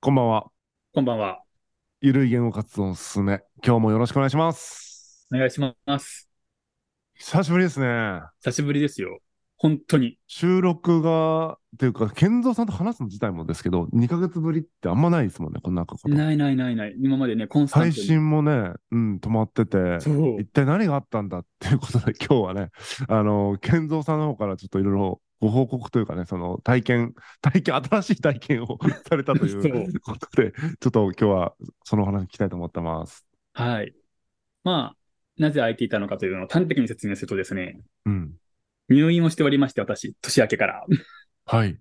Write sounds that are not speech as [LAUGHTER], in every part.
こんばんは。こんばんは。ゆるい言語活動のすすめ。今日もよろしくお願いします。お願いします。久しぶりですね。久しぶりですよ。本当に。収録が、っていうか、健三さんと話すの自体もですけど、2ヶ月ぶりってあんまないですもんね、こんなこと。ないないないない。今までね、コンスタントに。配信もね、うん、止まってて、そう一。体何があったんだっていうことで、今日はね、あの、健三さんの方からちょっといろいろご報告というかね、その体験、体験、新しい体験 [LAUGHS] をされたといそううことで、ちょっと今日はそのお話聞きたいと思ってます。はい。まあ、なぜ空いていたのかというのを端的に説明するとですね、うん。入院をしておりまして、私、年明けから。はい。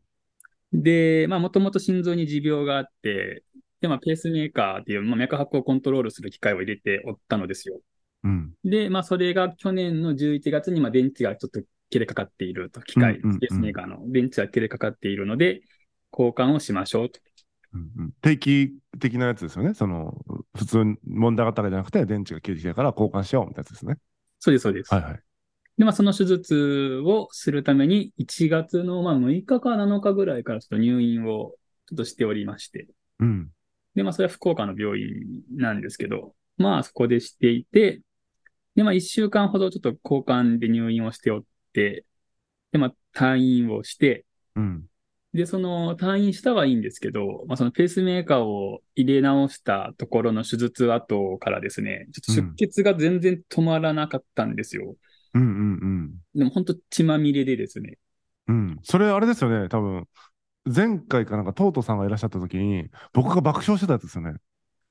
で、まあ、もともと心臓に持病があって、で、まあ、ペースメーカーっていう、まあ、脈拍をコントロールする機械を入れておったのですよ。うん。で、まあ、それが去年の11月に、まあ、電池がちょっと切れかかっていると、機械、うんうんうんペースメーカーの電池が切れかかっているので、交換をしましょうと。うんうん定期的なやつですよね。その、普通に問題があったわけじゃなくて、電池が切れてきたから交換しようみたいなやつですね。そうです、そうです。はいはい。で、まあ、その手術をするために、1月の、まあ、6日か7日ぐらいからちょっと入院をちょっとしておりまして、うん。で、まあ、それは福岡の病院なんですけど、まあ、そこでしていて、で、まあ、1週間ほどちょっと交換で入院をしておって、で、まあ、退院をして、うん。で、その退院したはいいんですけど、まあ、そのペースメーカーを入れ直したところの手術後からですね、ちょっと出血が全然止まらなかったんですよ。うんうんでも本当血まみれでですね、うん。うん。それあれですよね。多分、前回かなんか、トートさんがいらっしゃった時に、僕が爆笑してたやつですよね。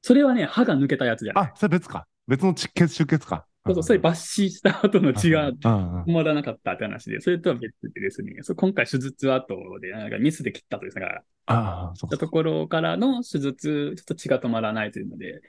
それはね、歯が抜けたやつじゃない。あ、それ別か。別の血血出血か。そうそう、それ抜歯した後の血がうんうん止まらなかったって話で、それとは別でですね、そう今回手術後で、なんかミスで切ったというか、ああ、そうしたか。ところからの手術、ちょっと血が止まらないというので、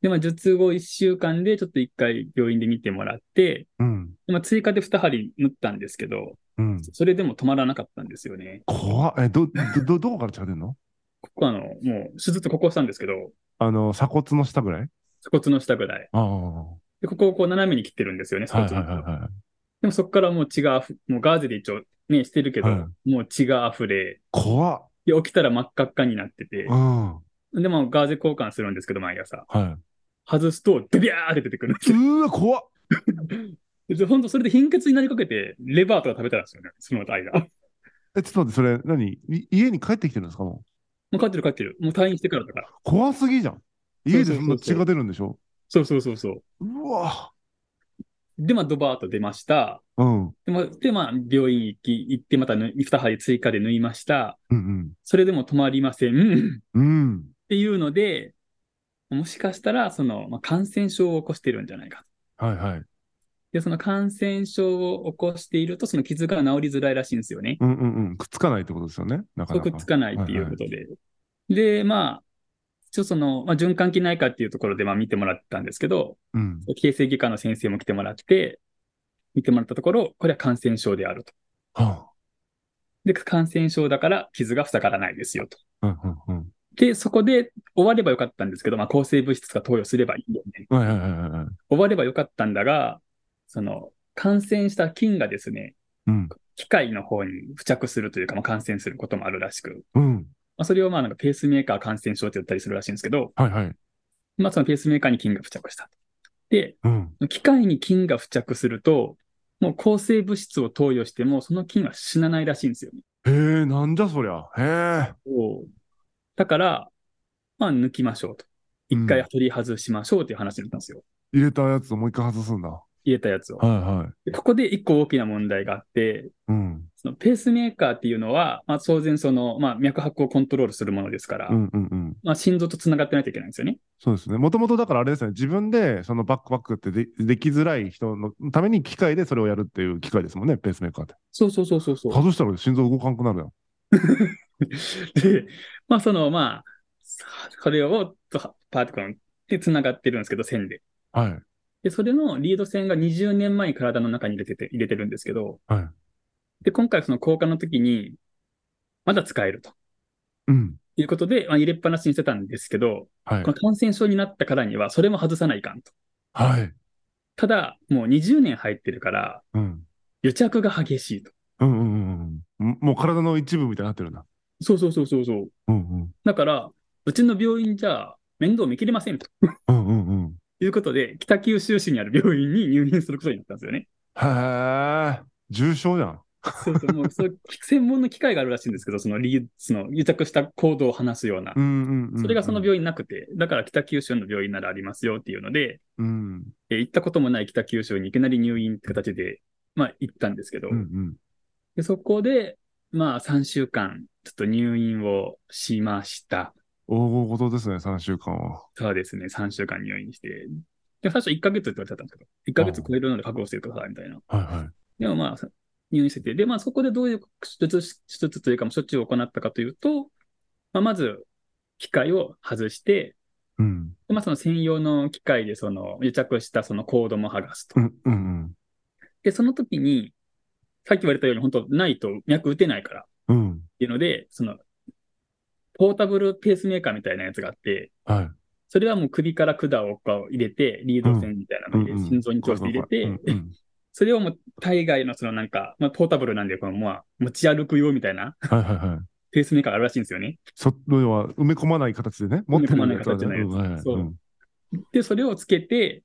で、まあ、術後1週間でちょっと1回病院で見てもらって、うん。でまあ、追加で2針縫ったんですけど、うん。それでも止まらなかったんですよね。怖っえ、ど、ど、どどこから血が出るのここあの、もう手術ここしたんですけど、あの、鎖骨の下ぐらい鎖骨の下ぐらい。ああ。で、ここをこう斜めに切ってるんですよね、はい鎖はい骨の下はいはい。でもそこからもう血があふ、もうガーゼで一応ね、してるけど、はもう血が溢れ、怖っで、起きたら真っ赤っかになっててう、ん。はで、まあガーゼ交換するんですけど、毎朝。い。外すと、ドビャーって出てくるん [LAUGHS] ですうよーわ、怖っで。ほんと、それで貧血になりかけて、レバーとか食べたんですよね、その間。もえ、ちょっと待って、それ、何い家に帰ってきてるんですかもう帰ってる帰ってる。もう退院してからだからう。。怖すぎじゃん。家でそんな血そうそうそうそうが出るんでしょそうそうそうそう。うわで、まあドバーっと出ました。うん。うんで、まあ、でまあ病院行き、行って、またぬ2針追加で縫いました。うん。それでも止まりません。うん。っていうので、もしかしたら、その、まあ、感染症を起こしてるんじゃないか。はいはい。で、その感染症を起こしていると、その傷が治りづらいらしいんですよね。うんうんうん。くっつかないってことですよね。なかなか。くっつかないっていうことで。で、まあ、一応その、まあ、循環器内科っていうところで、まあ、見てもらったんですけど、うん。形成外科の先生も来てもらって、見てもらったところ、これは感染症であると。はで、感染症だから傷が塞がらないですよと。あうんうんうん。で、そこで終わればよかったんですけど、まあ、抗生物質とか投与すればいいよね。はいはいはいはいはい。終わればよかったんだが、その、感染した菌がですね、うん。機械の方に付着するというか、まあ、感染することもあるらしく、うん。まあ、それをまあなんかペースメーカー感染症って言ったりするらしいんですけど、はいはい。まあ、そのペースメーカーに菌が付着したと。で、うん。機械に菌が付着すると、もう抗生物質を投与しても、その菌は死なないらしいんですよね。へえ、なんじゃそりゃ。へえ。だから、まあ、抜きましょううと。ん一回取り外しましょうという話になったんですよ。入れたやつをもう一回外すんだ。は入れたやつをい。はい。でここで一個大きな問題があって、うん。そのペースメーカーっていうのは、まあ、当然その、まあ、脈拍をコントロールするものですから、うんうんうん。まあ、心臓と繋がってないといけないんですよね。そうですね。もともとだからあれですね、自分でそのバックパックってでできづらい人のために機械でそれをやるっていう機械ですもんね、ペースメーカーって。そうそうそうそうそう。外したら心臓動かんくなるやん。 [LAUGHS] で、まあ、その、まあ、それを、とパーティクルで繋がってるんですけど、線で。はい。で、それのリード線が20年前に体の中に入れてて、入れてるんですけど、はい。で、今回その交換の時に、まだ使えるとうん。いうことで、まあ、入れっぱなしにしてたんですけど、はいこ。の感染症になったからには、それも外さないかんと。はい。ただ、もう20年入ってるから、うん。癒着が激しいと。うんうんうんうん。ももう体の一部みたいになってるんだ。そうそうそうそうそう。うんうん。だから、うちの病院じゃ面倒見きれませんとうんうんうん。いうことで、北九州市にある病院に入院することになったんですよね。へえ、重症じゃん。そうそう、[LAUGHS] もう、そう、専門の機会があるらしいんですけど、その理由、その、癒着した行動を話すようなう。んうんうん、うん。それがその病院なくて、だから北九州の病院ならありますよっていうので、うん。えー行ったこともない北九州にいきなり入院って形で、まあ行ったんですけど、うんうん。でそこで、まあ3週間、ちょっと入院をしました。大ごとですね、3週間は。そうですね、3週間入院して。で、最初1ヶ月って言われてたんですけど、1ヶ月超えるので覚悟してくださいみたいな。はいはい。でもまあ、入院してて、で、まあそこでどういう手術し、手術というか、処置を行ったかというと、まあまず、機械を外して、うん。でまあその専用の機械でその癒着したそのコードも剥がすとう。んうんうん。で、その時に、さっき言われたように、本当ないと脈打てないからっうん。ていうので、その、ポータブルペースメーカーみたいなやつがあって、はい。それはもう首から管をこう入れて、リード線みたいなのでうんうんうん心臓に通して入れて、うんうんそれをもう海外のそのなんか、まあ、ポータブルなんで、このまあ持ち歩く用みたいなはいはいはい。ペースメーカーがあるらしいんですよね。それは埋め込まない形でね、持ってるやつはね埋め込まない形じゃないやつうんで、それをつけて、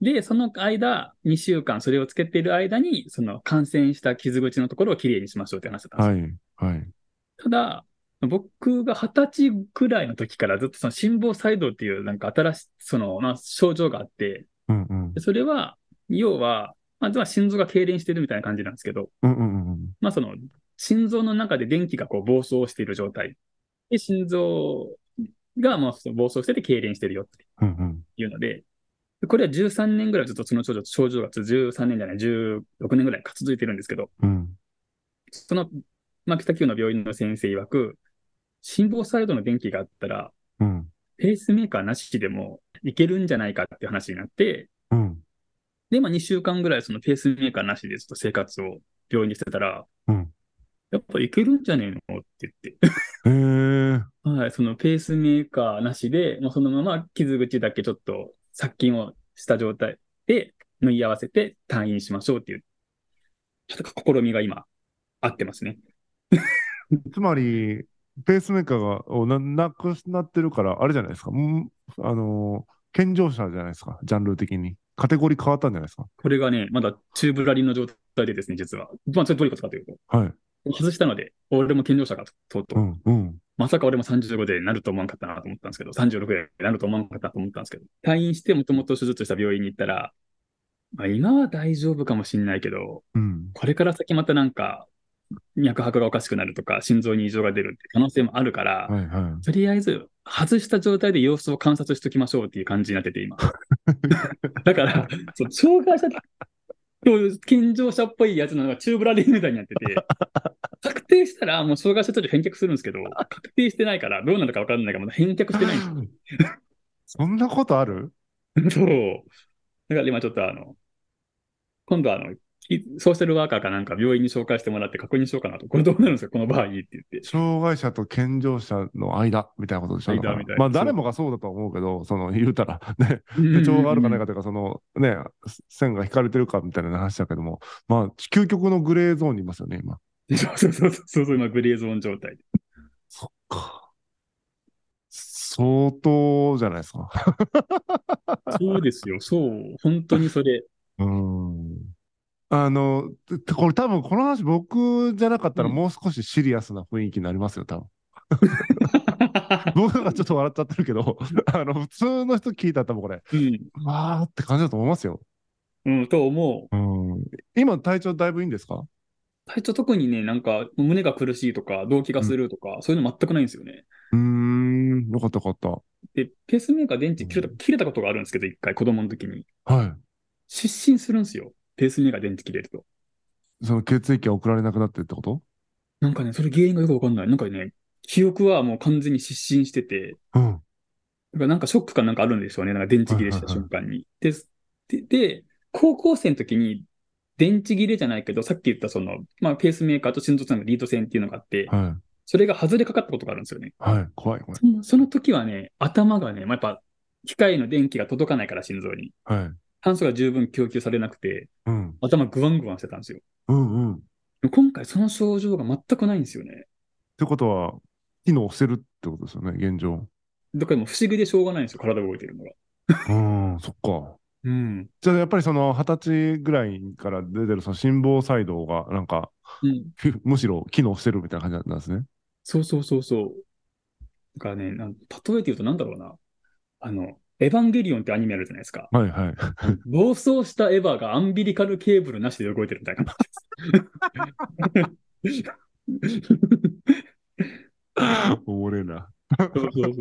で、その間、2週間、それをつけている間に、その感染した傷口のところをきれいにしましょうって話だったんですよはいはい。はい。ただ、僕が20歳ぐらいの時からずっとその心房細動っていうなんか新しい、その、まあ、症状があって、うんうんで。それは、要は、まあ、まあ心臓が痙攣してるみたいな感じなんですけど、うんうんうんまあその、心臓の中で電気がこう暴走している状態。で、心臓がまあその暴走してて痙攣してるよってうんうんいうので、これは13年ぐらいずっとその症状症状がつ13年じゃない、16年ぐらいか続いてるんですけど、うんその、まあ、北九の病院の先生曰く、心房細動の電気があったら、うんペースメーカーなしでもいけるんじゃないかって話になって、うんで、まあ、2週間ぐらいそのペースメーカーなしでちょっと生活を病院にしてたら、うんやっぱいけるんじゃねえのって言って、うん。へえ。はい、そのペースメーカーなしで、もうそのまま傷口だけちょっと殺菌をした状態で縫い合わせて退院しましょうっていう、ちょっと試みが今、合ってますね。つまり、ペースメーカーがおななくなってるから、あれじゃないですか。うんあのー、健常者じゃないですか、ジャンル的に。カテゴリー変わったんじゃないですか。これがね、まだチューブラリンの状態でですね、実は。まあ、それどういうことかというと、はい。外したので、俺も健常者かと、とうとううんうん。まさか俺も35でなると思わんかったなと思ったんですけど、36でなると思わんかったと思ったんですけど、退院してもともと手術した病院に行ったら、まあ、今は大丈夫かもしんないけど、うん。これから先またなんか、脈拍がおかしくなるとか、心臓に異常が出るって可能性もあるから、はいはい。とりあえず、外した状態で様子を観察しておきましょうっていう感じになってて、今。 [LAUGHS] だから、そう障害者、健常者っぽいやつなのがチューブラリンみたいになってて、確定したらもう障害者ちょっと返却するんですけど、確定してないから、どうなるか分かんないから、まだ返却してないん [LAUGHS] そんなことあるですよ。 [LAUGHS] そう。だから今ちょっとあの、今度あの、きソーシャルワーカーかなんか病院に紹介してもらって確認しようかなと。これどうなるんですかこの場合って言って。障害者と健常者の間みたいなことでしょ間だからみたいなまあ誰もがそうだとは思うけど、その言うたら、ね、手帳があるかないかというか、そのね、線が引かれてるかみたいな話だけども、まあ究極のグレーゾーンにいますよね、今。そうそうそうそうそう、今グレーゾーン状態。そっか。相当じゃないですか。そうですよ。そう。本当にそ [LAUGHS] れ。うん。あの、てこれ多分この話僕じゃなかったらうんもう少しシリアスな雰囲気になりますよ、多分。僕がちょっと笑っちゃってるけ [LAUGHS] ど、あの、普通の人聞いたら多分これ、うん。わーって感じだと思いますよ。うん、と思う。うん。今体調だいぶいいんですか体調特にね、なんか、胸が苦しいとか、動悸がするとか、そういうの全くないんですよね。うーん、よかったよかった。で、ペースメーカー電池切れた、切れたことがあるんですけど、一回子供の時に。は失神するんですよ。ペースメーカー電池切れると。い。その血液が送られなくなってるってことなんかね、それ原因がよくわかんない。なんかね、記憶はもう完全に失神してて、うん。だからなんかショックかなんかあるんでしょうね。なんか電池切れした瞬間に。で、で、で高校生の時に、電池切れじゃないけど、さっき言ったその、まあ、ペースメーカーと心臓つなぐリード線っていうのがあって、はそれが外れかかったことがあるんですよね。い。はい。怖い怖い。そのその時はね、頭がね、まあ、やっぱ、機械の電気が届かないから心臓に。はい。酸素が十分供給されなくて、うん。頭グワングワンしてたんですよ。うんうん。っでも今回その症状が全くないんですよね。てことは、機能してるってことですよね、現状。だからもう不思議でしょうがないんですよ、体動いてるのが。うん、そっか。うん。じゃあやっぱりその二十歳ぐらいから出てるその心房細動がなんかうん。ふむしろ機能してるみたいな感じなんですね。そうそうそうそう。だからね、なん例えて言うとなんだろうな。あの、エヴァンゲリオンってアニメあるじゃないですか。はいはい。暴走したエヴァがアンビリカルケーブルなしで動いてるみた [LAUGHS] いな感じです。 [LAUGHS] おもれえな。そうそうそう。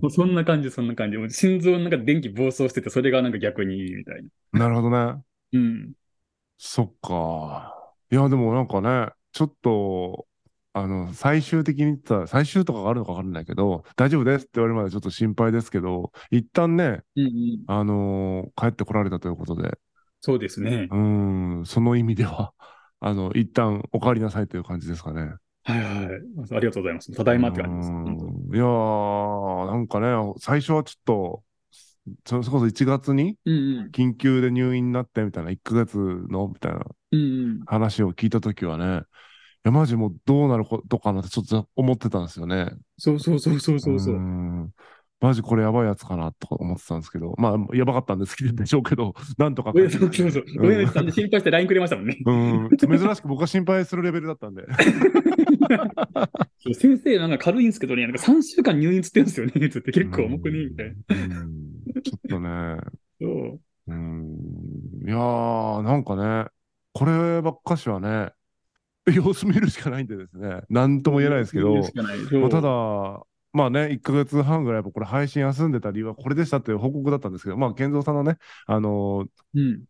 もうそんな感じ、そんな感じ。もう心臓の中で電気暴走してて、それがなんか逆にいいみたいな。なるほどね。うん。そっか。いや、でもなんかね、ちょっと、あの、最終的に言ったら、最終とかがあるのかわかんないけど、大丈夫ですって言われるまでちょっと心配ですけど、一旦ね、うんうん。あのー帰ってこられたということで、そうですね。うーん、その意味では、 [LAUGHS] あの、一旦お帰りなさいという感じですかね。はいはい。ありがとうございます。ただいまって感じです。うーん本当にいやー、なんかね、最初はちょっと、それこそ1月にうんうん。緊急で入院になってみたいな、1ヶ月のみたいなうんうん。話を聞いたときはね、いや、マジもうどうなることかなってちょっと思ってたんですよね。そうそうそうそうそうそうーう。んマジこれやばいやつかなとか思ってたんですけど、まあ、やばかったんですけど、でしょうけど、なんとか。上野そうそうそんう。上野さんで心配して LINE くれましたもんね。うん、珍しく僕は心配するレベルだったんで。そう先生、なんか軽いんですけどね、なんか3週間入院つってるんですよね、つって [LAUGHS] 結構重くね、みたいな。うんちょっとね、そうう。ん、いやー、なんかね、こればっかしはね、様子見るしかないんでですね、なんとも言えないですけど言う、しかないそうまあ、ただ、まあね、1ヶ月半ぐらい、やっぱこれ、配信休んでた理由はこれでしたっていう報告だったんですけど、まあ、健三さんのね、あのうん。ー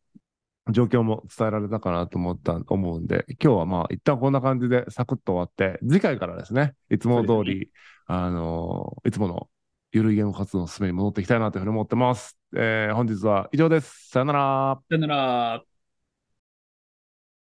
状況も伝えられたかなと思った、思うんで、今日はまあ、一旦こんな感じでサクッと終わって、次回からですね、いつもそう通ですり、あのーいつものゆるいゲーム活動の進めに戻っていきたいなというふうに思ってます。えー本日は以上です。さよなら。さよなら。